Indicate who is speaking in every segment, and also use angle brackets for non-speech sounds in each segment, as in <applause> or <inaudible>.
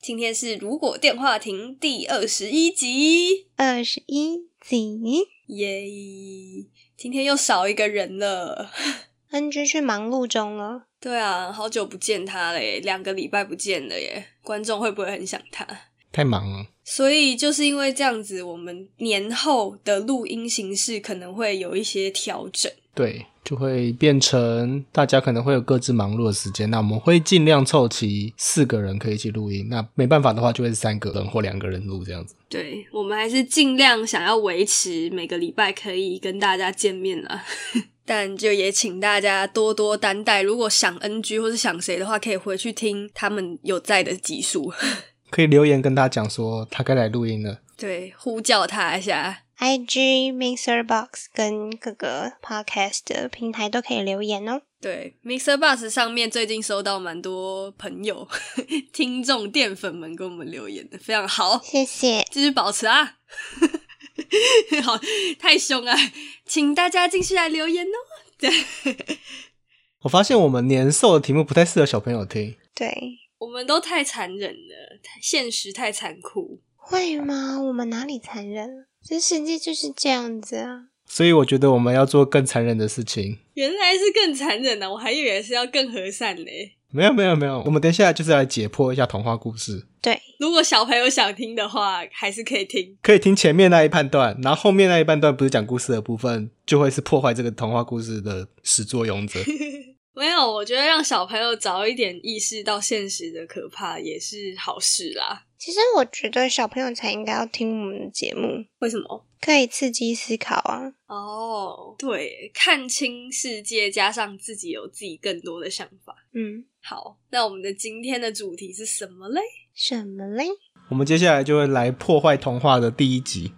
Speaker 1: 今天是《如果电话亭》第二十一集，
Speaker 2: 二十一集。
Speaker 1: 耶、今天又少一个人了，
Speaker 2: NG 去忙碌中了，
Speaker 1: 对啊，好久不见他了耶，两个礼拜不见了耶，观众会不会很想他？
Speaker 3: 太忙了，
Speaker 1: 所以就是因为这样子，我们年后的录音形式可能会有一些调整。
Speaker 3: 对，就会变成大家可能会有各自忙碌的时间。那我们会尽量凑齐四个人可以一起录音。那没办法的话，就会是三个人或两个人录这样子。
Speaker 1: 对我们还是尽量想要维持每个礼拜可以跟大家见面啦， <laughs> 但就也请大家多多担待。如果想 NG 或是想谁的话，可以回去听他们有在的集数， <laughs>
Speaker 3: 可以留言跟他讲说他该来录音了。
Speaker 1: 对，呼叫他一下。
Speaker 2: IG、Mixer Box 跟各个 Podcast 的平台都可以留言哦。
Speaker 1: 对，Mixer Bus 上面最近收到蛮多朋友、 <laughs> 听众、淀粉们给我们留言的，非常好，
Speaker 2: 谢谢。
Speaker 1: 继续保持啊！ <laughs> 好，太凶了，请大家继续来留言哦。 <laughs>
Speaker 3: 我发现我们年兽的题目不太适合小朋友听，
Speaker 2: 对，
Speaker 1: 我们都太残忍了，太现实太残酷。
Speaker 2: 会吗？我们哪里残忍了？这世界就是这样子啊！
Speaker 3: 所以我觉得我们要做更残忍的事情。
Speaker 1: 原来是更残忍啊呢、我还以为是要更和善嘞。
Speaker 3: 没有没有没有，我们等一下就是来解剖一下童话故事，
Speaker 2: 对，
Speaker 1: 如果小朋友想听的话，还是可以听。
Speaker 3: 可以听前面那一半段，然后后面那一半段不是讲故事的部分，就会是破坏这个童话故事的始作俑者。
Speaker 1: 没有，我觉得让小朋友早一点意识到现实的可怕也是好事啦。
Speaker 2: 其实我觉得小朋友才应该要听我们的节目，
Speaker 1: 为什么？
Speaker 2: 可以刺激思考啊。
Speaker 1: 哦，对，看清世界，加上自己有自己更多的想法。
Speaker 2: 嗯，
Speaker 1: 好，那我们的今天的主题是什么嘞？
Speaker 2: 什么嘞？
Speaker 3: 我们接下来就会来破坏童话的第一集。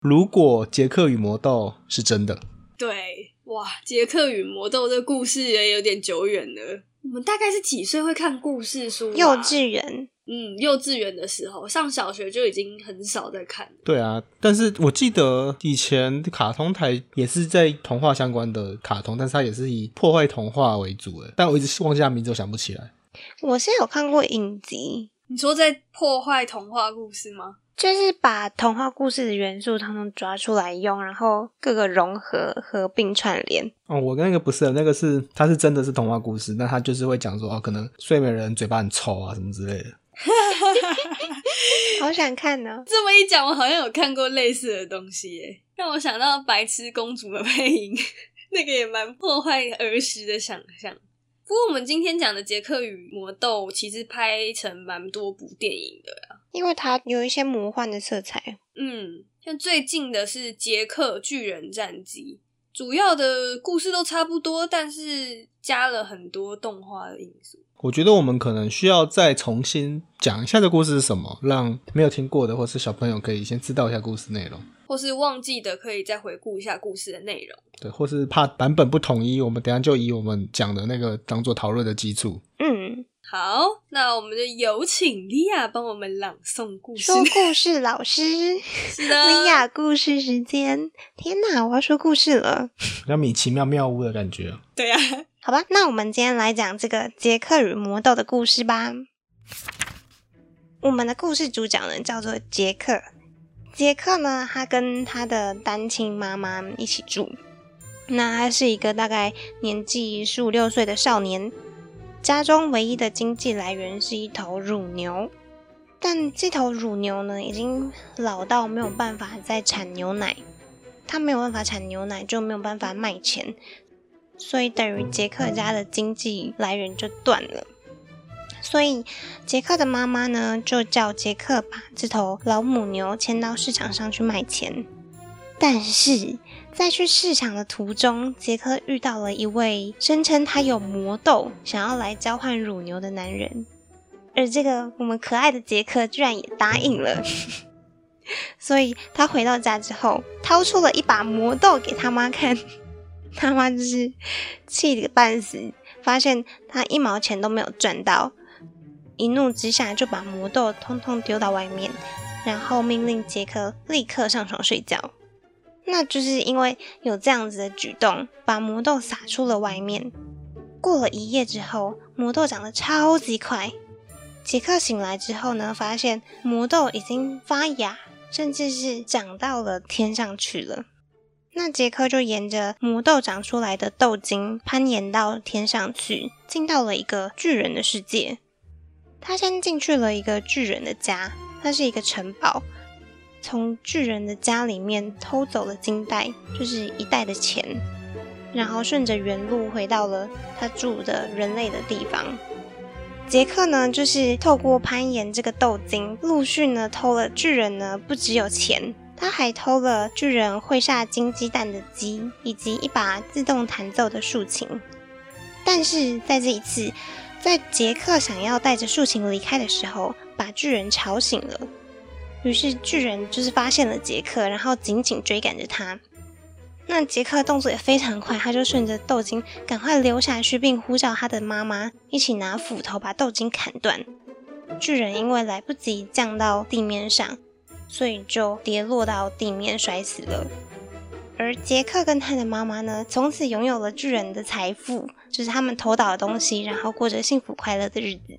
Speaker 3: 如果杰克与魔豆是真的，
Speaker 1: 对，哇，《杰克与魔豆》这故事也有点久远了。我们大概是几岁会看故事书、啊
Speaker 2: 幼，稚园
Speaker 1: 嗯，幼稚园的时候，上小学就已经很少在看了。
Speaker 3: 对啊，但是我记得以前卡通台也是在童话相关的卡通，但是它也是以破坏童话为主诶，但我一直忘记它名字，我想不起来。
Speaker 2: 我是有看过影集，
Speaker 1: 你说在破坏童话故事吗？
Speaker 2: 就是把童话故事的元素统统抓出来用，然后各个融合、合并、串联。
Speaker 3: 哦，我那个不是，那个是它是真的是童话故事，那它就是会讲说哦，可能睡美人嘴巴很臭啊什么之类的。
Speaker 2: 好想看呢、
Speaker 1: 这么一讲，我好像有看过类似的东西耶，让我想到《白痴公主》的配音， <laughs> 那个也蛮破坏儿时的想象。不过我们今天讲的《杰克与魔豆》其实拍成蛮多部电影的，
Speaker 2: 因为它有一些魔幻的色彩。
Speaker 1: 嗯，像最近的是《捷克巨人战机》，主要的故事都差不多，但是加了很多动画的因素。
Speaker 3: 我觉得我们可能需要再重新讲一下这故事是什么，让没有听过的或是小朋友可以先知道一下故事内容。
Speaker 1: 或是忘记的，可以再回顾一下故事的内容。
Speaker 3: 对，或是怕版本不统一，我们等一下就以我们讲的那个当做讨论的基础。
Speaker 2: 嗯，
Speaker 1: 好，那我们就有请莉亚帮我们朗诵故事 <laughs>
Speaker 2: 说。故事老师，<laughs>
Speaker 1: 是
Speaker 2: 薇
Speaker 1: 的，
Speaker 2: 娅故事时间。天哪，我要说故事了。
Speaker 3: 比较米奇妙妙屋的感觉。
Speaker 1: 对啊，
Speaker 2: 好吧，那我们今天来讲这个杰克与魔豆的故事吧。我们的故事主角呢叫做杰克，杰克呢他跟他的单亲妈妈一起住，那他是一个大概年纪十五六岁的少年，家中唯一的经济来源是一头乳牛，但这头乳牛呢已经老到没有办法再产牛奶，它没有办法产牛奶就没有办法卖钱，所以等于杰克家的经济来源就断了。所以杰克的妈妈呢，就叫杰克把这头老母牛牵到市场上去卖钱。但是在去市场的途中，杰克遇到了一位声称他有魔豆，想要来交换乳牛的男人。而这个我们可爱的杰克居然也答应了，所以他回到家之后，掏出了一把魔豆给他妈看， <laughs> 他妈就是气得半死，发现他一毛钱都没有赚到，一怒之下就把魔豆通通丢到外面，然后命令杰克立刻上床睡觉。那就是因为有这样子的举动，把魔豆撒出了外面。过了一夜之后，魔豆长得超级快。杰克醒来之后呢，发现魔豆已经发芽，甚至是长到了天上去了。那杰克就沿着魔豆长出来的豆茎攀岩到天上去，进到了一个巨人的世界。他先进去了一个巨人的家，那是一个城堡。从巨人的家里面偷走了金袋，就是一袋的钱，然后顺着原路回到了他住的人类的地方。杰克呢，就是透过攀岩这个豆茎，陆续呢偷了巨人呢不只有钱，他还偷了巨人会下金鸡蛋的鸡，以及一把自动弹奏的竖琴。但是在这一次，在杰克想要带着竖琴离开的时候，把巨人吵醒了。于是巨人就是发现了杰克，然后紧紧追赶着他。那杰克动作也非常快，他就顺着豆茎赶快溜下去，并呼叫他的妈妈一起拿斧头把豆茎砍断。巨人因为来不及降到地面上，所以就跌落到地面摔死了。而杰克跟他的妈妈呢，从此拥有了巨人的财富，就是他们偷到的东西，然后过着幸福快乐的日子。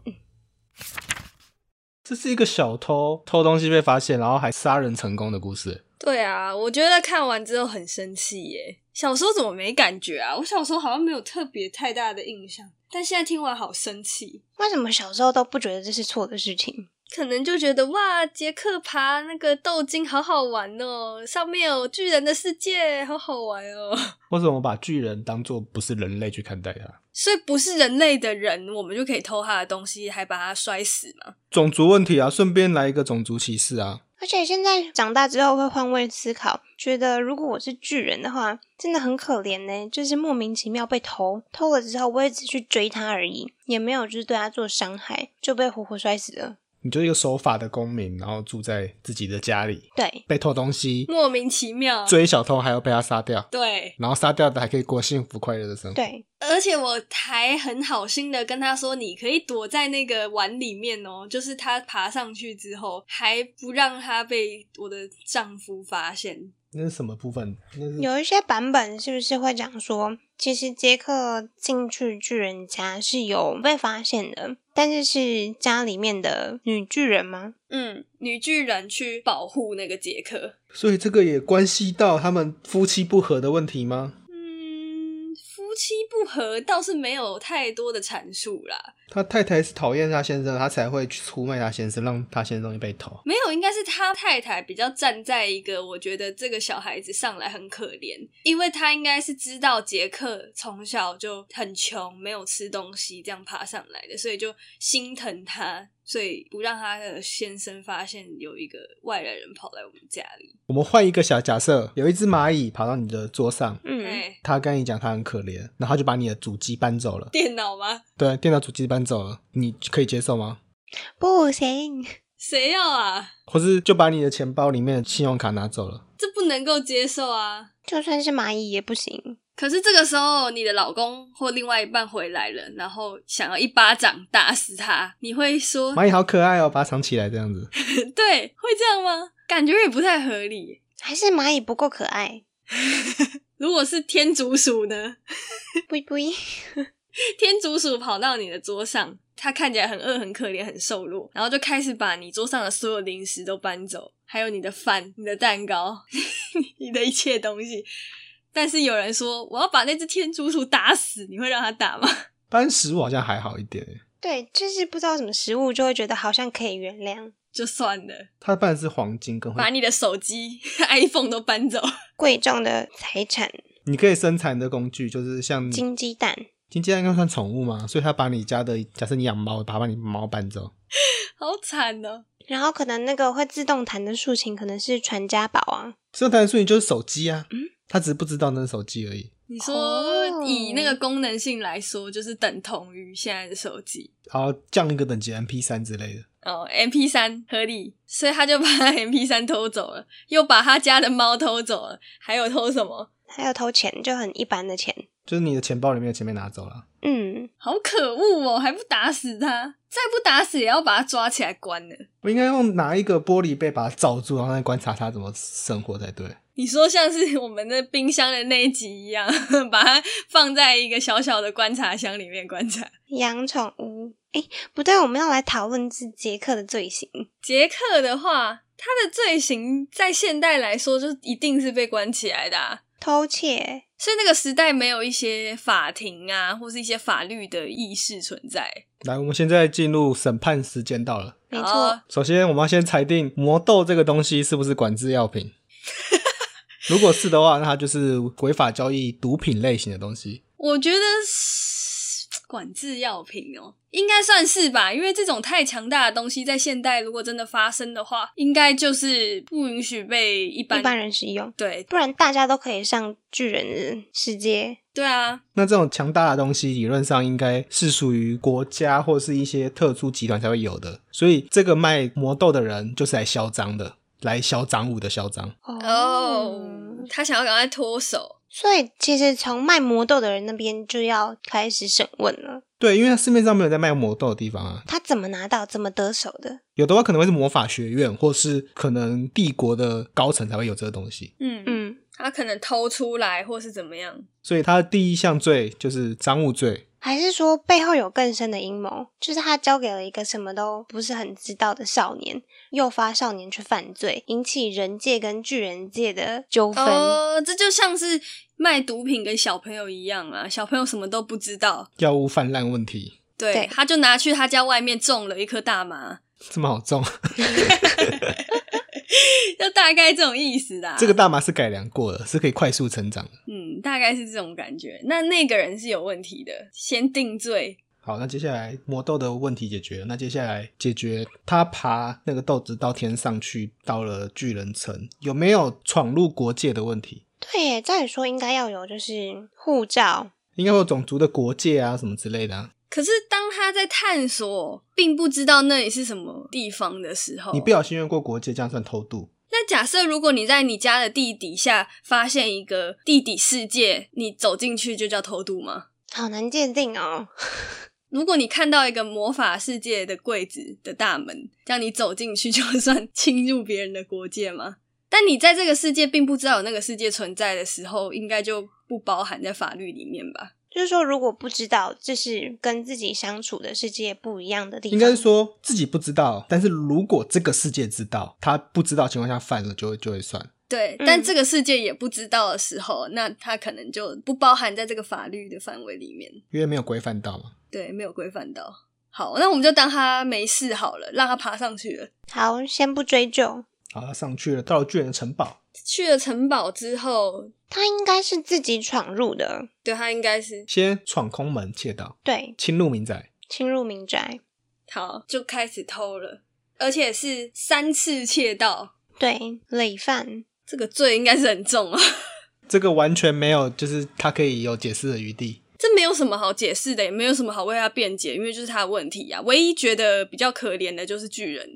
Speaker 3: 这是一个小偷偷东西被发现，然后还杀人成功的故事。
Speaker 1: 对啊，我觉得看完之后很生气耶。小时候怎么没感觉啊？我小时候好像没有特别太大的印象，但现在听完好生气。
Speaker 2: 为什么小时候都不觉得这是错的事情？
Speaker 1: 可能就觉得哇，杰克爬那个豆茎好好玩哦，上面有巨人的世界，好好玩哦。 <laughs>
Speaker 3: 为什么把巨人当做不是人类去看待它？
Speaker 1: 所以不是人类的人，我们就可以偷他的东西，还把他摔死吗？
Speaker 3: 种族问题啊，顺便来一个种族歧视啊。
Speaker 2: 而且现在长大之后会换位思考，觉得如果我是巨人的话，真的很可怜呢、就是莫名其妙被偷，偷了之后我也只去追他而已，也没有就是对他做伤害，就被活活摔死了。
Speaker 3: 你就是一个守法的公民，然后住在自己的家里，
Speaker 2: 对，
Speaker 3: 被偷东西，
Speaker 1: 莫名其妙。
Speaker 3: 追小偷还要被他杀掉，
Speaker 1: 对，
Speaker 3: 然后杀掉的还可以过幸福快乐的生活。
Speaker 2: 对，
Speaker 1: 而且我还很好心的跟他说，你可以躲在那个碗里面哦。就是他爬上去之后，还不让他被我的丈夫发现。
Speaker 3: 那是什么部分？那是
Speaker 2: 有一些版本是不是会讲说，其实杰克进去巨人家是有被发现的，但是是家里面的女巨人吗？
Speaker 1: 嗯，女巨人去保护那个杰克。
Speaker 3: 所以这个也关系到他们夫妻不和的问题吗？
Speaker 1: 嗯，夫妻不和倒是没有太多的阐述啦，
Speaker 3: 他太太是讨厌他先生，他才会去出卖他先生，让他先生容易被偷。
Speaker 1: 没有，应该是他太太比较站在一个，我觉得这个小孩子上来很可怜，因为他应该是知道杰克从小就很穷，没有吃东西，这样爬上来的，所以就心疼他，所以不让他的先生发现有一个外来人跑来我们家里。
Speaker 3: 我们换一个小假设，有一只蚂蚁跑到你的桌上，
Speaker 1: 哎、
Speaker 2: 嗯，
Speaker 3: 他跟你讲他很可怜，然后他就把你的主机搬走了，
Speaker 1: 电脑吗？
Speaker 3: 对，电脑主机搬走了，你可以接受吗？
Speaker 2: 不行，
Speaker 1: 谁要啊？
Speaker 3: 或是就把你的钱包里面的信用卡拿走了？
Speaker 1: 这不能够接受啊！
Speaker 2: 就算是蚂蚁也不行。
Speaker 1: 可是这个时候，你的老公或另外一半回来了，然后想要一巴掌打死他，你会说
Speaker 3: 蚂蚁好可爱哦，把它藏起来这样子。
Speaker 1: <laughs> 对，会这样吗？感觉也不太合理。
Speaker 2: 还是蚂蚁不够可爱，
Speaker 1: 如果是天竺鼠呢？ <laughs>
Speaker 2: 不不，
Speaker 1: 天竺鼠跑到你的桌上，它看起来很饿、很可怜、很瘦弱，然后就开始把你桌上的所有零食都搬走，还有你的饭、你的蛋糕、 <laughs> 你的一切东西。但是有人说，我要把那只天竺鼠打死，你会让它打吗？ <laughs>
Speaker 3: 搬食物好像还好一点耶，
Speaker 2: 对，就是不知道什么食物就会觉得好像可以原谅。
Speaker 1: 就算了，
Speaker 3: 他搬的是黄金跟会
Speaker 1: 把，你的手机、iPhone <laughs> 都搬走。
Speaker 2: 贵重的财产，
Speaker 3: 你可以生产的工具就是像
Speaker 2: 金鸡蛋，
Speaker 3: 金鸡蛋应该算宠物嘛，所以他把你家的，假设你养猫，把把你猫搬走，
Speaker 1: 好惨哦！
Speaker 2: 然后可能那个会自动弹的竖琴可能是传家宝啊。
Speaker 3: 生产的数据就是手机啊，他只是不知道那是手机而已。
Speaker 1: 你说
Speaker 2: 哦
Speaker 1: 以那个功能性来说，就是等同于现在的手机
Speaker 3: 然后降一个等级 MP 三之类的，
Speaker 1: 哦，MP 三合理，所以他就把 MP 三偷走了，又把他家的猫偷走了，还有偷什么？
Speaker 2: 还有偷钱就很一般的钱。
Speaker 3: 就是你的钱包里面的钱被拿走了。
Speaker 2: 嗯，
Speaker 1: 好可恶哦！还不打死他，再不打死也要把他抓起来关了。
Speaker 3: 我应该用拿一个玻璃杯把它罩住，然后再观察它怎么生活才对。
Speaker 1: 你说像是我们的冰箱的那一集一样， <laughs> 把它放在一个小小的观察箱里面观察。
Speaker 2: 养宠物。诶，不对，我们要来讨论是杰克的罪行。
Speaker 1: 杰克的话，他的罪行在现代来说，就一定是被关起来的、啊。
Speaker 2: 偷窃，
Speaker 1: 所以那个时代没有一些法庭啊，或是一些法律的意识存在。
Speaker 3: 来，我们现在进入审判时间到了。
Speaker 2: 没
Speaker 1: 好
Speaker 2: 错
Speaker 1: 啊，
Speaker 3: 首先，我们要先裁定魔豆这个东西是不是管制药品。如果是的话，那它就是违法交易毒品类型的东西。
Speaker 1: 我觉得是管制药品哦，应该算是吧，因为这种太强大的东西，在现代如果真的发生的话，应该就是不允许被一般
Speaker 2: 一般人使用，
Speaker 1: 对
Speaker 2: 不然大家都可以上巨人世界。
Speaker 1: 对啊，
Speaker 3: 那这种强大的东西，理论上应该是属于国家或是一些特殊集团才会有的，所以这个卖魔豆的人就是来销赃的，来销赃物的销赃。
Speaker 1: 哦、他想要赶快脱手，
Speaker 2: 所以其实从卖魔豆的人那边就要开始审问了，
Speaker 3: 对，因为市面上没有在卖魔豆的地方啊，
Speaker 2: 他怎么拿到，怎么得手的？
Speaker 3: 有的话可能会是魔法学院或是可能帝国的高层才会有这个东西，
Speaker 1: 嗯嗯，
Speaker 2: 嗯，
Speaker 1: 他可能偷出来或是怎么样，
Speaker 3: 所以他的第一项罪就是赃物罪。
Speaker 2: 还是说背后有更深的阴谋？就是他交给了一个什么都不是很知道的少年，诱发少年去犯罪，引起人界跟巨人界的纠纷。
Speaker 1: 哦，这就像是卖毒品跟小朋友一样啊，小朋友什么都不知道，
Speaker 3: 药物泛滥问题，
Speaker 1: 对，
Speaker 2: 对
Speaker 1: 他就拿去他家外面种了一颗大麻， <laughs>
Speaker 3: 这么好中？ <laughs>
Speaker 1: 就大概这种意思啦。
Speaker 3: 这个大麻是改良过的，是可以快速成长的。
Speaker 1: 嗯，大概是这种感觉。那那个人是有问题的，先定罪。
Speaker 3: 好，那接下来魔豆的问题解决了，那接下来解决他爬那个豆子到天上去，到了巨人城，有没有闯入国界的问题？
Speaker 2: 对耶，照理说应该要有，就是护照。
Speaker 3: 应该会有种族的国界啊，什么之类的、啊。
Speaker 1: 可是当他在探索，并不知道那里是什么地方的时候，
Speaker 3: 你不小心越过国界，这样算偷渡。
Speaker 1: 那假设如果你在你家的地底下发现一个地底世界，你走进去就叫偷渡吗？
Speaker 2: 好难鉴定哦，
Speaker 1: 如果你看到一个魔法世界的柜子的大门，让你走进去，就算侵入别人的国界吗？ <laughs> 但你在这个世界并不知道有那个世界存在的时候，应该就不包含在法律里面吧？
Speaker 2: 就是说如果不知道这是跟自己相处的世界不一样的地方，
Speaker 3: 应该是说自己不知道，但是如果这个世界知道，他不知道情况下犯了，就会就会算。
Speaker 1: 对，
Speaker 2: 嗯
Speaker 1: 但这个世界也不知道的时候，那它可能就不包含在这个法律的范围里面。
Speaker 3: 因为没有规范到嘛。
Speaker 1: 对，没有规范到。好，那我们就当他没事好了，让他爬上去了。
Speaker 2: 好，先不追究，
Speaker 3: 好，他上去了，到了巨人的城堡，
Speaker 1: 去了城堡之后，
Speaker 2: 他应该是自己闯入的，
Speaker 1: 对他应该是
Speaker 3: 先闯空门窃盗，
Speaker 2: 对，
Speaker 3: 侵入民宅。
Speaker 2: 侵入民宅，
Speaker 1: 好，就开始偷了，而且是三次窃盗，
Speaker 2: 对，累犯，
Speaker 1: 这个罪应该是很重啊， <laughs>
Speaker 3: 这个完全没有，就是他可以有解释的余地。
Speaker 1: 这没有什么好解释的，也没有什么好为他辩解，因为就是他的问题呀、啊唯一觉得比较可怜的就是巨人，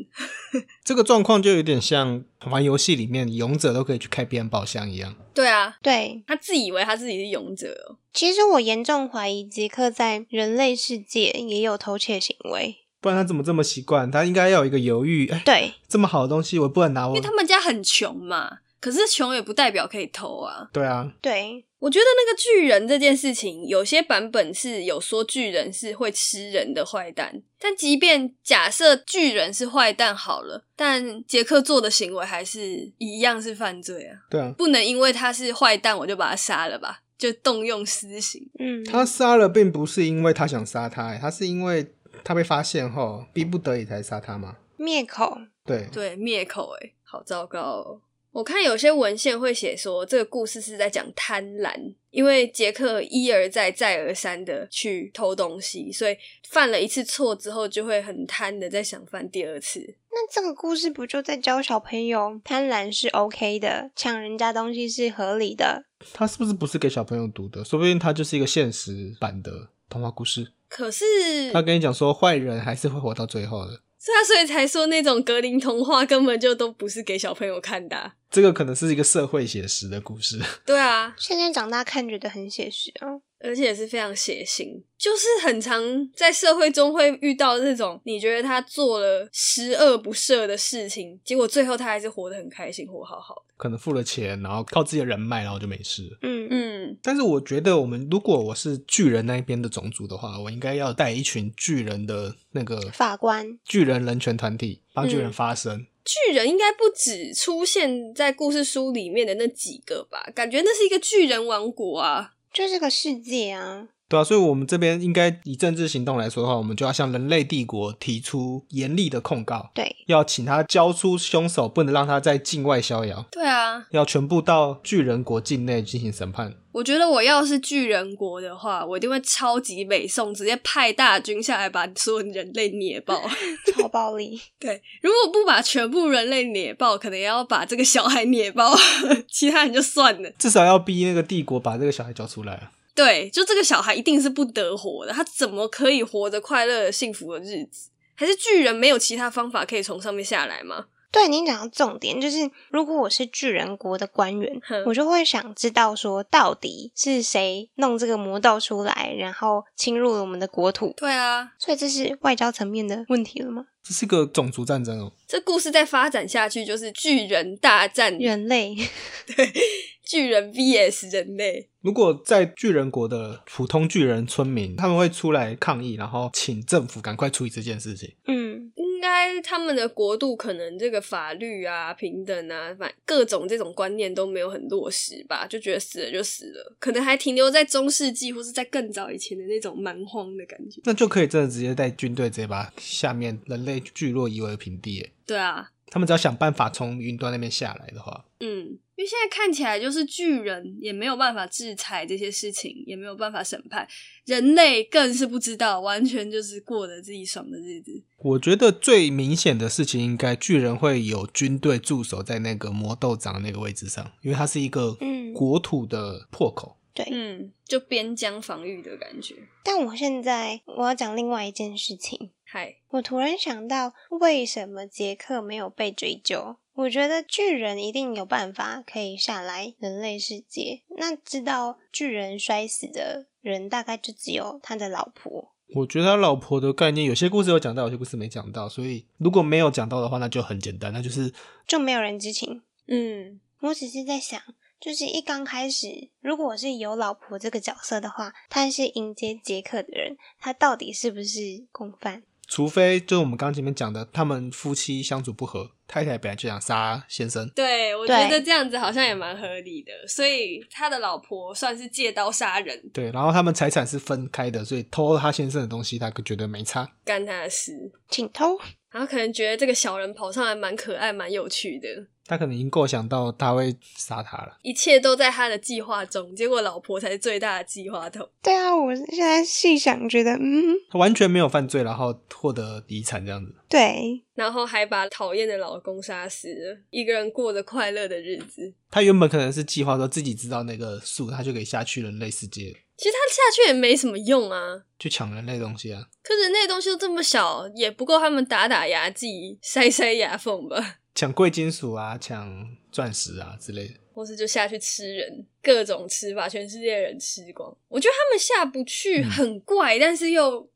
Speaker 3: 这个状况就有点像玩游戏里面勇者都可以去开别人宝箱一样。
Speaker 1: 对啊，
Speaker 2: 对。
Speaker 1: 他自以为他自己是勇者哦，
Speaker 2: 其实我严重怀疑杰克在人类世界也有偷窃行为，
Speaker 3: 不然他怎么这么习惯？他应该要有一个犹豫，哎，
Speaker 2: 对，
Speaker 3: 这么好的东西我不能拿
Speaker 1: 因
Speaker 3: 我
Speaker 1: 为。他们家很穷嘛，可是穷也不代表可以偷啊。
Speaker 3: 对啊，
Speaker 2: 对，
Speaker 1: 我觉得那个巨人这件事情，有些版本是有说巨人是会吃人的坏蛋，但即便假设巨人是坏蛋好了，但杰克做的行为还是一样是犯罪啊，
Speaker 3: 对啊，
Speaker 1: 不能因为他是坏蛋我就把他杀了吧，就动用私刑。
Speaker 2: 嗯，
Speaker 3: 他杀了并不是因为他想杀他，哎他是因为他被发现后逼不得已才杀他嘛。
Speaker 2: 灭口，
Speaker 3: 对，
Speaker 1: 对，灭口、欸，好糟糕、哦。我看有些文献会写说，这个故事是在讲贪婪，因为杰克一而再、再而三的去偷东西，所以犯了一次错之后，就会很贪的再想犯第二次。
Speaker 2: 那这个故事不就在教小朋友贪婪是 OK 的，抢人家东西是合理的？
Speaker 3: 它是不是不是给小朋友读的？说不定它就是一个现实版的童话故事。
Speaker 1: 可是
Speaker 3: 他跟你讲说，坏人还是会活到最后的。
Speaker 1: 所以他所以才说那种格林童话根本就都不是给小朋友看的啊、
Speaker 3: 这个可能是一个社会写实的故事，
Speaker 1: 对啊，
Speaker 2: 现在长大看觉得很写实啊。
Speaker 1: 而且也是非常血腥，就是很常在社会中会遇到这种你觉得他做了十恶不赦的事情，结果最后他还是活得很开心，活好好的。
Speaker 3: 可能付了钱，然后靠自己的人脉，然后就没事了。
Speaker 2: 嗯嗯，
Speaker 1: 嗯，
Speaker 3: 但是我觉得，我们如果我是巨人那一边的种族的话，我应该要带一群巨人的那个
Speaker 2: 法官
Speaker 3: 巨人人权团体帮巨人
Speaker 1: 嗯
Speaker 3: 发声。
Speaker 1: 巨人应该不止出现在故事书里面的那几个吧？感觉那是一个巨人王国啊。
Speaker 2: 就是个世界啊。
Speaker 3: 对啊，所以我们这边应该以政治行动来说的话，我们就要向人类帝国提出严厉的控告，
Speaker 2: 对，
Speaker 3: 要请他交出凶手，不能让他在境外逍遥，
Speaker 1: 对啊，
Speaker 3: 要全部到巨人国境内进行审判。
Speaker 1: 我觉得我要是巨人国的话，我一定会超级北宋，直接派大军下来把所有人类捏爆。
Speaker 2: 超暴力。 <laughs>
Speaker 1: 对，如果不把全部人类捏爆，可能也要把这个小孩捏爆， <laughs> 其他人就算了。
Speaker 3: 至少要逼那个帝国把这个小孩交出来啊。
Speaker 1: 对，就这个小孩一定是不得活的，他怎么可以活着快乐、幸福的日子？还是巨人没有其他方法可以从上面下来吗？
Speaker 2: 对你讲到重点，就是如果我是巨人国的官员，
Speaker 1: 哼
Speaker 2: 我就会想知道说，到底是谁弄这个魔道出来，然后侵入了我们的国土。
Speaker 1: 对啊，
Speaker 2: 所以这是外交层面的问题了吗？
Speaker 3: 这是个种族战争哦，
Speaker 1: 这故事再发展下去就是巨人大战
Speaker 2: 人类
Speaker 1: 巨人 VS 人类。
Speaker 3: 如果在巨人国的普通巨人村民，他们会出来抗议，然后请政府赶快处理这件事情。
Speaker 2: 嗯，
Speaker 1: 应该他们的国度可能这个法律啊、平等啊，反各种这种观念都没有很落实吧，就觉得死了就死了，可能还停留在中世纪或是在更早以前的那种蛮荒的感觉。
Speaker 3: 那就可以真的直接带军队直接把下面人类聚落夷为平地耶。
Speaker 1: 对啊，
Speaker 3: 他们只要想办法从云端那边下来的话，
Speaker 1: 嗯，因为现在看起来就是巨人也没有办法制裁这些事情，也没有办法审判，人类更是不知道，完全就是过着自己爽的日子。
Speaker 3: 我觉得最明显的事情应该巨人会有军队驻守在那个魔豆长那个位置上，因为它是一个
Speaker 2: 嗯
Speaker 3: 国土的破口。
Speaker 2: 对。
Speaker 1: 嗯，就边疆防御的感觉。
Speaker 2: 但我现在我要讲另外一件事情，
Speaker 1: 嗨，
Speaker 2: 我突然想到，为什么杰克没有被追究？我觉得巨人一定有办法可以下来人类世界。那知道巨人摔死的人，大概就只有他的老婆。
Speaker 3: 我觉得他老婆的概念，有些故事有讲到，有些故事没讲到，所以如果没有讲到的话，那就很简单，那就是
Speaker 2: 就没有人知情。
Speaker 1: 嗯，
Speaker 2: 我只是在想，就是一刚开始，如果是有老婆这个角色的话，他是迎接杰克的人，他到底是不是共犯？
Speaker 3: 除非就是我们刚前面讲的，他们夫妻相处不和，太太本来就想杀先生，
Speaker 1: 对，我
Speaker 2: 对
Speaker 1: 觉得这样子好像也蛮合理的，所以他的老婆算是借刀杀人，
Speaker 3: 对，然后他们财产是分开的，所以偷了他先生的东西，他觉得没差。
Speaker 1: 干他的事。
Speaker 2: 请偷。
Speaker 1: 然后可能觉得这个小人跑上来蛮可爱、蛮有趣的，
Speaker 3: 他可能已经构想到他会杀他了。
Speaker 1: 一切都在他的计划中，结果老婆才是最大的计划头。
Speaker 2: 对啊，我现在细想，觉得嗯，
Speaker 3: 他完全没有犯罪，然后获得遗产这样子。
Speaker 2: 对，
Speaker 1: 然后还把讨厌的老公杀死了，一个人过着快乐的日子。
Speaker 3: 他原本可能是计划说自己知道那个树，他就可以下去人类世界
Speaker 1: 其实他下去也没什么用啊，
Speaker 3: 去抢人类东西啊。
Speaker 1: 可人类东西都这么小，也不够他们打打牙祭、塞塞牙缝吧，
Speaker 3: 抢贵金属啊，抢钻石啊之类的。
Speaker 1: 或是就下去吃人，各种吃法，全世界的人吃光。我觉得他们下不去
Speaker 3: 嗯
Speaker 1: 很怪，但是又。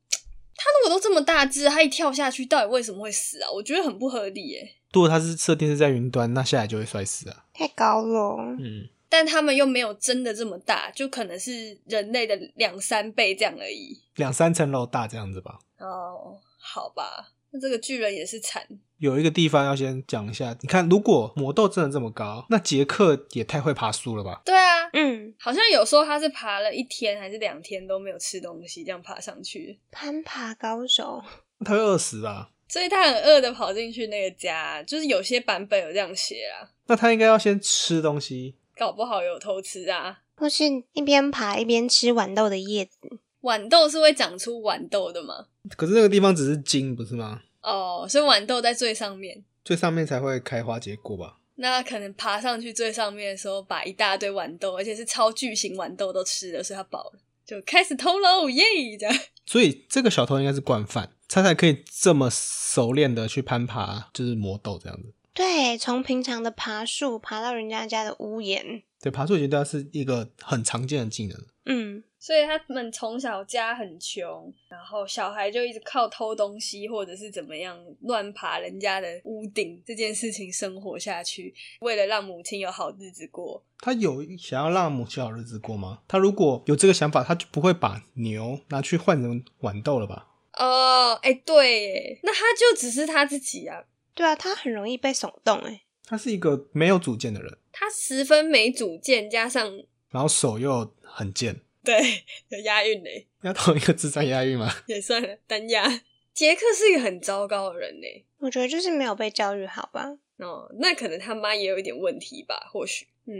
Speaker 1: 他如果都这么大只，他一跳下去，到底为什么会死啊？我觉得很不合理耶。
Speaker 3: 如果他是设定是在云端，那下来就会摔死啊。
Speaker 2: 太高了。
Speaker 3: 嗯，
Speaker 1: 但他们又没有真的这么大，就可能是人类的两三倍这样而已。
Speaker 3: 两三层楼大这样子吧。
Speaker 1: 哦，好吧，那这个巨人也是惨。
Speaker 3: 有一个地方要先讲一下，你看，如果魔豆真的这么高，那杰克也太会爬树了吧？
Speaker 1: 对啊，
Speaker 2: 嗯，
Speaker 1: 好像有说他是爬了一天还是两天都没有吃东西，这样爬上去，
Speaker 2: 攀爬高手，
Speaker 3: 他会饿死啊。
Speaker 1: 所以他很饿的跑进去那个家，就是有些版本有这样写啊，
Speaker 3: 那他应该要先吃东西，
Speaker 1: 搞不好有偷吃啊。
Speaker 2: 或是一边爬一边吃豌豆的叶子。
Speaker 1: 豌豆是会长出豌豆的吗？
Speaker 3: 可是那个地方只是茎，不是吗？
Speaker 1: 哦，所以豌豆在最上面，
Speaker 3: 最上面才会开花结果吧？
Speaker 1: 那可能爬上去最上面的时候，把一大堆豌豆，而且是超巨型豌豆都吃了，所以它饱了，就开始偷喽，耶！这样
Speaker 3: 所以这个小偷应该是惯犯，他才可以这么熟练的去攀爬，就是魔豆这样子。
Speaker 2: 对，从平常的爬树爬到人家家的屋檐，
Speaker 3: 对，爬树已经对他是一个很常见的技能了。
Speaker 2: 嗯，
Speaker 1: <laughs> 所以他们从小家很穷，然后小孩就一直靠偷东西或者是怎么样乱爬人家的屋顶这件事情生活下去，为了让母亲有好日子过。
Speaker 3: 他有想要让母亲好日子过吗？他如果有这个想法，他就不会把牛拿去换成豌豆了吧？
Speaker 1: 哦，哎，对耶，那他就只是他自己啊，
Speaker 2: 对啊，他很容易被耸动哎。
Speaker 3: 他是一个没有主见的人，
Speaker 1: 他十分没主见，加上
Speaker 3: 然后手又很贱。
Speaker 1: 对有押韵嘞，
Speaker 3: <laughs> 要同一个智障押韵吗？
Speaker 1: 也算了，单押。杰克是一个很糟糕的人嘞，
Speaker 2: 我觉得就是没有被教育好吧。
Speaker 1: 哦，那可能他妈也有一点问题吧，或许，嗯，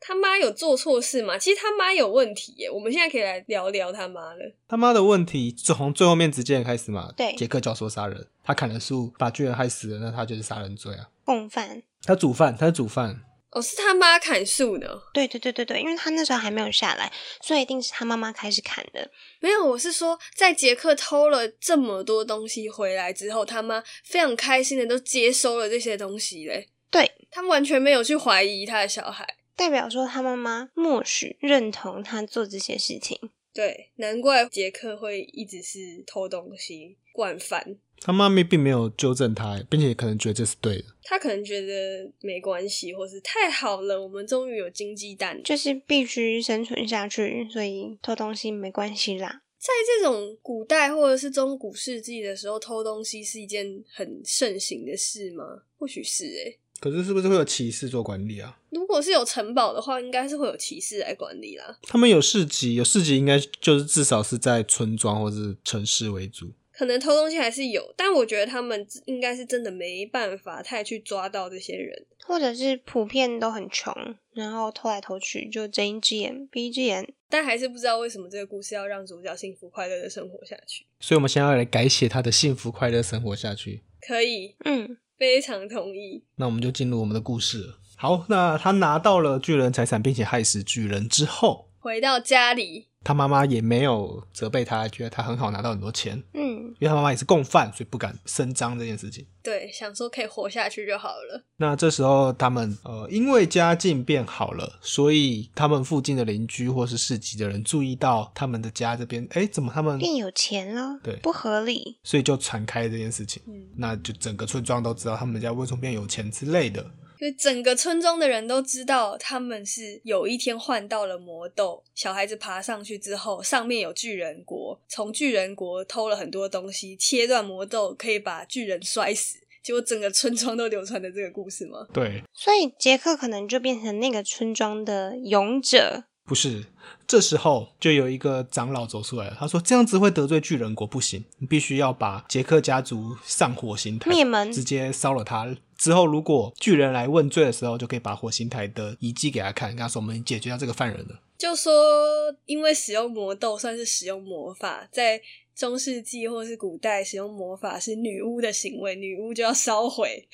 Speaker 1: 他妈有做错事吗？其实他妈有问题耶，我们现在可以来聊聊他妈了。
Speaker 3: 他妈的问题从最后面直接开始嘛。
Speaker 2: 对
Speaker 3: 杰克教唆杀人，他砍了树，把巨人害死了，那他就是杀人罪啊。
Speaker 2: 共犯，
Speaker 3: 他煮饭，他是煮饭，
Speaker 1: 哦，是他妈砍树的，
Speaker 2: 对对对对对，因为他那时候还没有下来，所以一定是他妈妈开始砍的。
Speaker 1: 没有，我是说，在杰克偷了这么多东西回来之后，他妈非常开心的都接收了这些东西嘞。
Speaker 2: 对，
Speaker 1: 他完全没有去怀疑他的小孩。
Speaker 2: 代表说他妈妈默许认同他做这些事情。
Speaker 1: 对，难怪杰克会一直是偷东西惯犯。
Speaker 3: 他妈咪并没有纠正他，欸并且可能觉得这是对的。
Speaker 1: 他可能觉得没关系，或是太好了，我们终于有金鸡蛋。就
Speaker 2: 就是必须生存下去，所以偷东西没关系啦。
Speaker 1: 在这种古代或者是中古世纪的时候，偷东西是一件很盛行的事吗？或许是诶、
Speaker 3: 可是是不是会有歧视做管理啊？
Speaker 1: 如果是有城堡的话，应该是会有骑士来管理啦。
Speaker 3: <laughs> 他们有市集，有市集应该就是至少是在村庄或是城市为主。
Speaker 1: 可能偷东西还是有，但我觉得他们应该是真的没办法太去抓到这些人。
Speaker 2: 或者是普遍都很穷，然后偷来偷去，就睁一只眼闭一只眼。
Speaker 1: 但还是不知道为什么这个故事要让主角幸福快乐的生活下去。
Speaker 3: 所以我们现在要来改写他的幸福快乐生活下去。
Speaker 1: 可以，
Speaker 2: 嗯，
Speaker 1: 非常同意。
Speaker 3: 那我们就进入我们的故事了。好，那他拿到了巨人财产，并且害死巨人之后，
Speaker 1: 回到家里，
Speaker 3: 他妈妈也没有责备他，觉得他很好拿到很多钱，
Speaker 2: 嗯，
Speaker 3: 因为他妈妈也是共犯，所以不敢声张这件事情。
Speaker 1: 对，想说可以活下去就好了。
Speaker 3: 那这时候他们呃，因为家境变好了，所以他们附近的邻居或是市集的人注意到他们的家这边，哎，怎么他们？
Speaker 2: 变有钱了，
Speaker 3: 对
Speaker 2: 不合理。
Speaker 3: 所以就传开这件事情，
Speaker 1: 嗯，
Speaker 3: 那就整个村庄都知道他们家为什么变有钱之类的。
Speaker 1: 就整个村庄的人都知道，他们是有一天换到了魔豆，小孩子爬上去之后，上面有巨人国，从巨人国偷了很多东西，切断魔豆可以把巨人摔死。结果整个村庄都流传着这个故事吗？
Speaker 3: 对，
Speaker 2: 所以杰克可能就变成那个村庄的勇者。
Speaker 3: 不是，这时候就有一个长老走出来了，他说这样子会得罪巨人国，不行，你必须要把杰克家族上火刑台，
Speaker 2: 灭门
Speaker 3: 直接烧了他。之后如果巨人来问罪的时候，就可以把火刑台的遗迹给他看，跟他说我们解决掉这个犯人了。
Speaker 1: 就说因为使用魔豆算是使用魔法，在中世纪或是古代使用魔法是女巫的行为，女巫就要烧毁。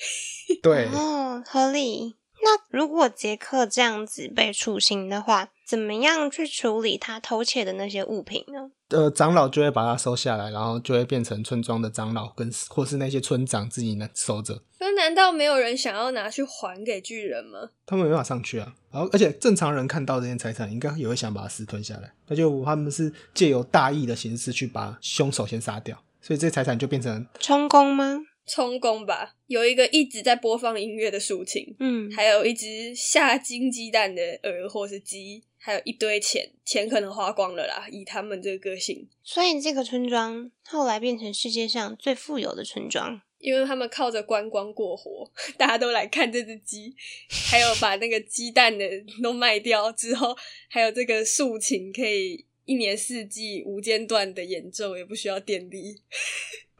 Speaker 3: 对
Speaker 2: 哦，合理。那如果杰克这样子被处刑的话，怎么样去处理他偷窃的那些物品呢？
Speaker 3: 呃，长老就会把他收下来，然后就会变成村庄的长老跟或是那些村长自己呢收着。
Speaker 1: 那难道没有人想要拿去还给巨人吗？
Speaker 3: 他们没办法上去啊。然后，而且正常人看到这件财产，应该也会想把它私吞下来。那就他们是借由大义的形式去把凶手先杀掉，所以这财产就变成
Speaker 2: 充公吗？
Speaker 1: 充公吧，有一个一直在播放音乐的竖琴，
Speaker 2: 嗯，
Speaker 1: 还有一只下金鸡蛋的鹅或是鸡，还有一堆钱，钱可能花光了啦。以他们这个个性，
Speaker 2: 所以这个村庄后来变成世界上最富有的村庄。
Speaker 1: 因为他们靠着观光过活，大家都来看这只鸡，还有把那个鸡蛋的都卖掉之后，还有这个竖琴可以一年四季无间断的演奏，也不需要电力。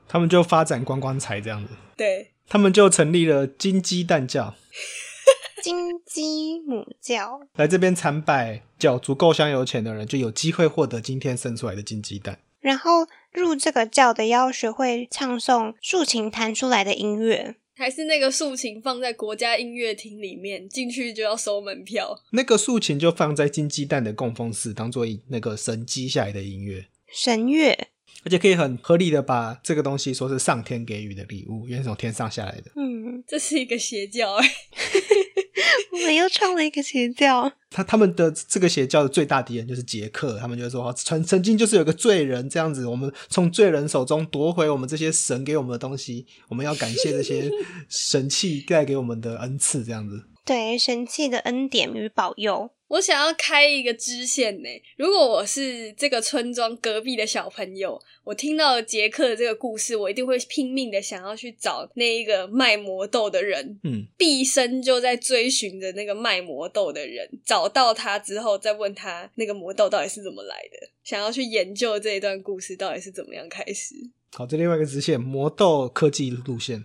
Speaker 3: 他们就发展观光财这样子。
Speaker 1: 对，
Speaker 3: 他们就成立了金鸡蛋教，
Speaker 2: 金鸡母教，
Speaker 3: 来这边参拜，叫足够香油钱的人就有机会获得今天生出来的金鸡蛋。
Speaker 2: 然后入这个教的要学会唱诵竖琴弹出来的音乐。
Speaker 1: 还是那个竖琴放在国家音乐厅里面，进去就要收门票。
Speaker 3: 那个竖琴就放在金鸡蛋的供奉室，当做那个神机下来的音乐，
Speaker 2: 神乐，
Speaker 3: 而且可以很合理的把这个东西说是上天给予的礼物，因为是从天上下来的。
Speaker 2: 嗯，
Speaker 1: 这是一个邪教哎、
Speaker 2: 我们又创了一个邪教。
Speaker 3: 他他们的这个邪教的最大敌人就是捷克，他们就会说，哦曾曾经就是有个罪人这样子，我们从罪人手中夺回我们这些神给我们的东西，我们要感谢这些神器带给我们的恩赐，这样子。
Speaker 2: 对神器的恩典与保佑，
Speaker 1: <laughs> 我想要开一个支线呢、如果我是这个村庄隔壁的小朋友，我听到了杰克的这个故事，我一定会拼命的想要去找那一个卖魔豆的人，
Speaker 3: 嗯，
Speaker 1: 毕生就在追寻着那个卖魔豆的人。找到他之后，再问他那个魔豆到底是怎么来的，想要去研究这一段故事到底是怎么样开始。
Speaker 3: 好，这另外一个支线魔豆科技路线，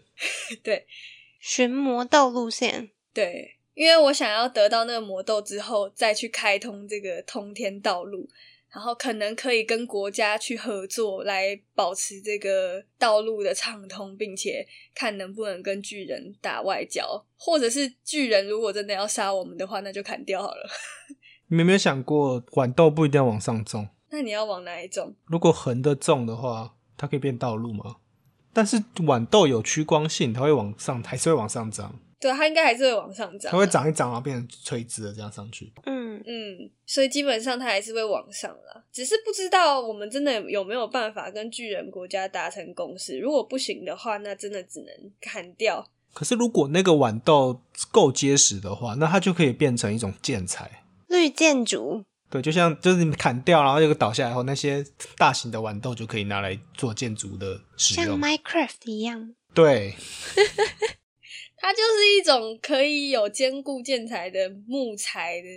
Speaker 2: 寻魔豆路线。
Speaker 1: 对，因为我想要得到那个魔豆之后，再去开通这个通天道路，然后可能可以跟国家去合作，来保持这个道路的畅通，并且看能不能跟巨人打外交，或者是巨人如果真的要杀我们的话，那就砍掉好了。 <laughs>
Speaker 3: 你们有没有想过，豌豆不一定要往上种？
Speaker 1: 那你要往哪一种？
Speaker 3: 如果横的种的话，它可以变道路吗？但是豌豆有趋光性，它会往上，还是会往上涨，
Speaker 1: 对，啊它应该还是会往上涨，啊
Speaker 3: 它会。长一长，然后变成垂直的这样上去。
Speaker 2: 嗯，
Speaker 1: 嗯，所以基本上它还是会往上啦，只是不知道我们真的有没有办法跟巨人国家达成共识。如果不行的话，那真的只能砍掉。
Speaker 3: 可是如果那个豌豆够结实的话，那它就可以变成一种建材。
Speaker 2: 绿箭竹，
Speaker 3: 对，就像就是你砍掉，然后这个倒下来后，那些大型的豌豆就可以拿来做建筑的使
Speaker 2: 像
Speaker 3: 用。
Speaker 2: Minecraft 一样。
Speaker 3: 对，
Speaker 1: 它就是一种可以有坚固建材的木材的，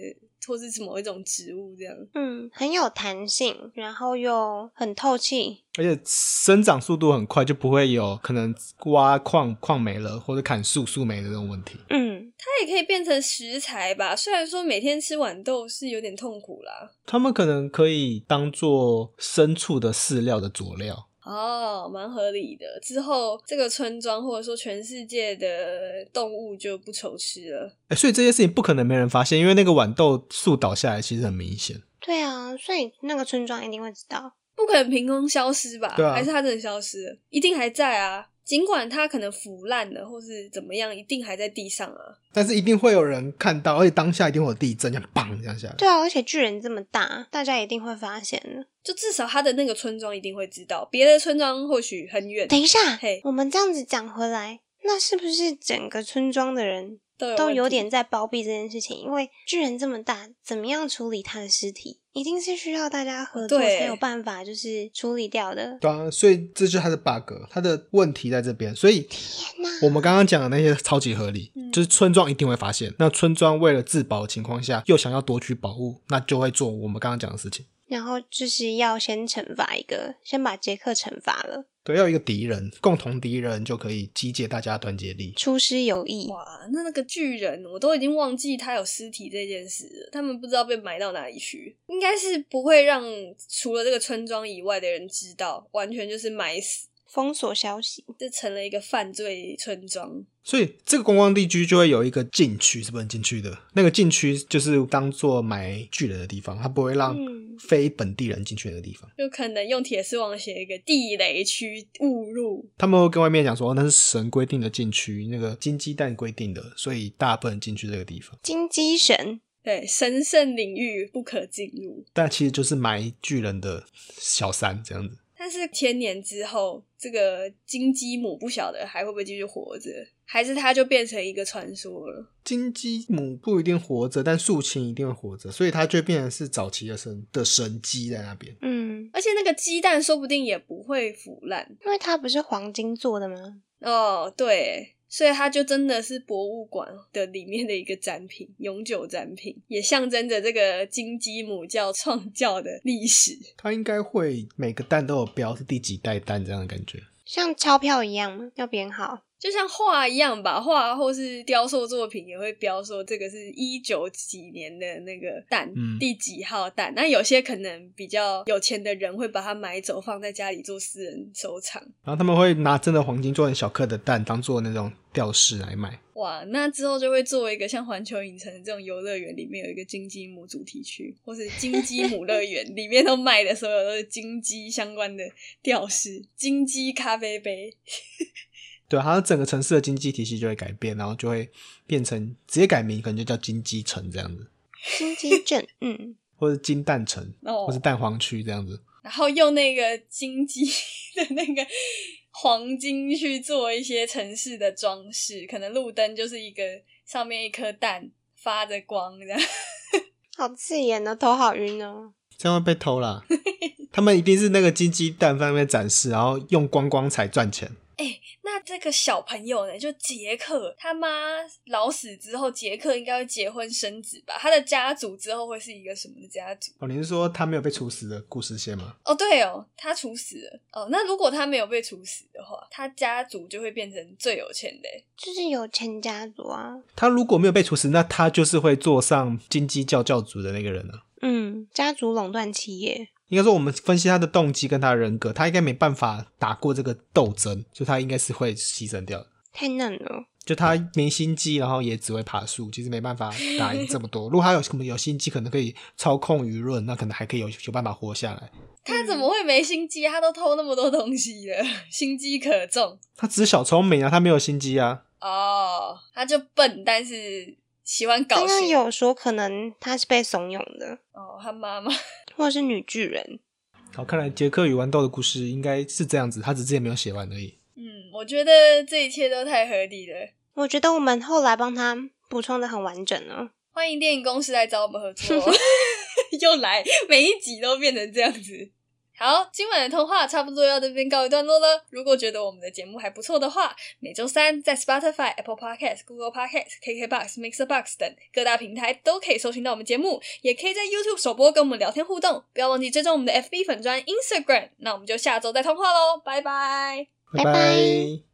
Speaker 1: 或是什么一种植物这样。
Speaker 2: 嗯，很有弹性，然后又很透气。
Speaker 3: 而且生长速度很快，就不会有可能挖矿矿没了或者砍树树没的这种问题。
Speaker 2: 嗯，
Speaker 1: 它也可以变成食材吧，虽然说每天吃豌豆是有点痛苦啦。
Speaker 3: 他们可能可以当做牲畜的饲料的佐料。
Speaker 1: 哦，蛮合理的。之后这个村庄或者说全世界的动物就不愁吃了。
Speaker 3: 哎，所以这件事情不可能没人发现，因为那个豌豆树倒下来其实很明显。
Speaker 2: 对啊，所以那个村庄一定会知道。
Speaker 1: 不可能凭空消失吧？
Speaker 3: 对啊
Speaker 1: 还是它真的消失了？一定还在啊！尽管它可能腐烂了，或是怎么样，一定还在地上啊。
Speaker 3: 但是一定会有人看到，而且当下一定会有地震，这样砰这样下来。
Speaker 2: 对啊，而且巨人这么大，大家一定会发现的。
Speaker 1: 就至少它的那个村庄一定会知道，别的村庄或许很远，
Speaker 2: 等一下
Speaker 1: 嘿，
Speaker 2: 我们这样子讲回来，那是不是整个村庄的人
Speaker 1: 都有
Speaker 2: 都有
Speaker 1: 问题
Speaker 2: 点在包庇这件事情？因为巨人这么大，怎么样处理他的尸体，一定是需要大家合作
Speaker 1: 对
Speaker 2: 才有办法，就是处理掉的。
Speaker 3: 对啊，所以这就是它的 bug，它的问题在这边。所以
Speaker 2: 天哪！
Speaker 3: 我们刚刚讲的那些超级合理，
Speaker 1: 嗯
Speaker 3: 就是村庄一定会发现。那村庄为了自保的情况下，又想要夺取宝物，那就会做我们刚刚讲的事情。
Speaker 2: 然后就是要先惩罚一个，先把杰克惩罚了，
Speaker 3: 对，要有一个敌人，共同敌人就可以集结大家的团结力。
Speaker 2: 出师有意。
Speaker 1: 哇，那那个巨人，我都已经忘记他有尸体这件事了。他们不知道被埋到哪里去，应该是不会让除了这个村庄以外的人知道，完全就是埋死，
Speaker 2: 封锁消息，
Speaker 1: 这成了一个犯罪村庄。
Speaker 3: 所以这个观光地区就会有一个禁区是不能进去的，那个禁区就是当做埋巨人的地方，它不会让
Speaker 2: 嗯
Speaker 3: 非本地人进去那个地方。
Speaker 1: 就可能用铁丝网写一个地雷区误入，
Speaker 3: 他们会跟外面讲说、哦那是神规定的禁区，那个金鸡蛋规定的，所以大家不能进去这个地方。
Speaker 2: 金鸡神，
Speaker 1: 对，神圣领域不可进入。
Speaker 3: 但其实就是埋巨人的小山这样子。
Speaker 1: 但是千年之后，这个金鸡母不晓得还会不会继续活着，还是它就变成一个传说了。
Speaker 3: 金鸡母不一定活着，但竖琴一定会活着，所以它就变成是早期的神的神鸡在那边。
Speaker 2: 嗯，
Speaker 1: 而且那个鸡蛋说不定也不会腐烂
Speaker 2: 因为它不是黄金做的吗？
Speaker 1: 哦，对，所以它就真的是博物馆的里面的一个展品，永久展品，也象征着这个金鸡母教创教的历史。
Speaker 3: 它应该会每个蛋都有标是第几代蛋这样的感觉。
Speaker 2: 像钞票一样吗？要编号，
Speaker 1: 就像画一样吧，画或是雕塑作品也会标说这个是一九几年的那个蛋、
Speaker 3: 嗯
Speaker 1: 第几号蛋。那有些可能比较有钱的人会把它买走，放在家里做私人收藏。
Speaker 3: 然后他们会拿真的黄金做成小颗的蛋，当做那种吊饰来卖。
Speaker 1: 哇，那之后就会作为一个像环球影城这种游乐园里面有一个金鸡母主题区，或是金鸡母乐园里面都卖的所有都是金鸡相关的吊饰、金鸡咖啡杯。
Speaker 3: 对，好像整个城市的经济体系就会改变，然后就会变成直接改名，可能就叫金鸡城这样子，
Speaker 2: 金鸡镇，嗯，
Speaker 3: 或者金蛋城，
Speaker 1: 哦
Speaker 3: 或是蛋黄区这样子。
Speaker 1: 然后用那个金鸡 <laughs> 的那个黄金去做一些城市的装饰，可能路灯就是一个上面一颗蛋发着光这样。 <laughs>
Speaker 2: 好刺眼哦，头好晕哦。
Speaker 3: 这样会被偷啦。 <laughs> 他们一定是那个金鸡蛋放在那边展示，然后用光光彩赚钱。
Speaker 1: 那这个小朋友呢，就杰克他妈老死之后，杰克应该会结婚生子吧？他的家族之后会是一个什么的家族？
Speaker 3: 哦，你是说他没有被处死的故事线吗？
Speaker 1: 哦，对哦，他处死了。哦，那如果他没有被处死的话，他家族就会变成最有钱的欸。
Speaker 2: 就是有钱家族啊，
Speaker 3: 他如果没有被处死，那他就是会坐上金鸡教教主的那个人啊。
Speaker 2: 嗯，家族垄断企业，
Speaker 3: 应该说，我们分析他的动机跟他的人格，他应该没办法打过这个斗争，所以他应该是会牺牲掉的。
Speaker 2: 太嫩了。
Speaker 3: 就他没心机，然后也只会爬树，其实没办法打赢这么多。如果他有什么有心机，可能可以操控舆论，那可能还可以有有办法活下来。
Speaker 1: 他怎么会没心机？啊他都偷那么多东西了， <laughs> 心机可重
Speaker 3: 他只是小聪明啊，他没有心机啊。
Speaker 1: 哦。他就笨，但是喜欢搞
Speaker 2: 刚刚
Speaker 1: 事。
Speaker 2: 有说可能他是被怂恿的，
Speaker 1: 哦，他妈妈
Speaker 2: 或者是女巨人，
Speaker 3: 好，看来杰克与豌豆的故事应该是这样子，他只是之前没有写完而已。
Speaker 1: 嗯，我觉得这一切都太合理了。
Speaker 2: 我觉得我们后来帮他补充的很完整啊了。
Speaker 1: 欢迎电影公司来找我们合作哦， <laughs> 又来，每一集都变成这样子。好，今晚的通话差不多要这边告一段落了。如果觉得我们的节目还不错的话，每周三在 Spotify、Apple Podcast、Google Podcast、KKBox、Mixer Box 等各大平台都可以搜寻到我们节目，也可以在 YouTube 首播跟我们聊天互动。不要忘记追踪我们的 FB 粉砖、Instagram。那我们就下周再通话喽，拜拜。
Speaker 2: 拜
Speaker 3: 拜
Speaker 2: 拜